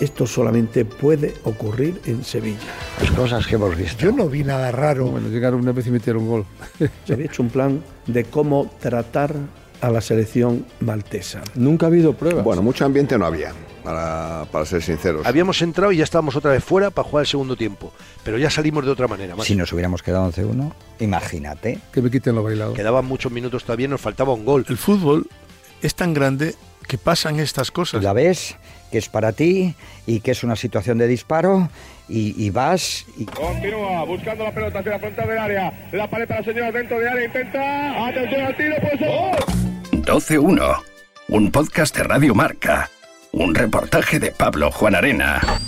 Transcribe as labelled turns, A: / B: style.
A: Esto solamente puede ocurrir en Sevilla.
B: Las cosas que hemos visto.
C: Yo no vi nada raro.
D: Bueno, llegaron una vez y metieron gol.
A: Se había hecho un plan de cómo tratar a la selección maltesa.
D: Nunca ha habido pruebas.
E: Bueno, mucho ambiente no había, para, para ser sinceros.
F: Habíamos entrado y ya estábamos otra vez fuera para jugar el segundo tiempo, pero ya salimos de otra manera.
B: Si nos hubiéramos quedado 11-1, imagínate.
D: Que me quiten lo bailado.
F: Quedaban muchos minutos todavía, nos faltaba un gol.
G: El fútbol es tan grande que pasan estas cosas.
B: La ves, que es para ti y que es una situación de disparo y, y vas y...
H: Continúa buscando la pelota hacia la frontal del área. La pared para la señora dentro del área intenta... ¡Atención al tiro, pues... ¡Oh!
I: 12-1. Un podcast de Radio Marca. Un reportaje de Pablo Juan Arena.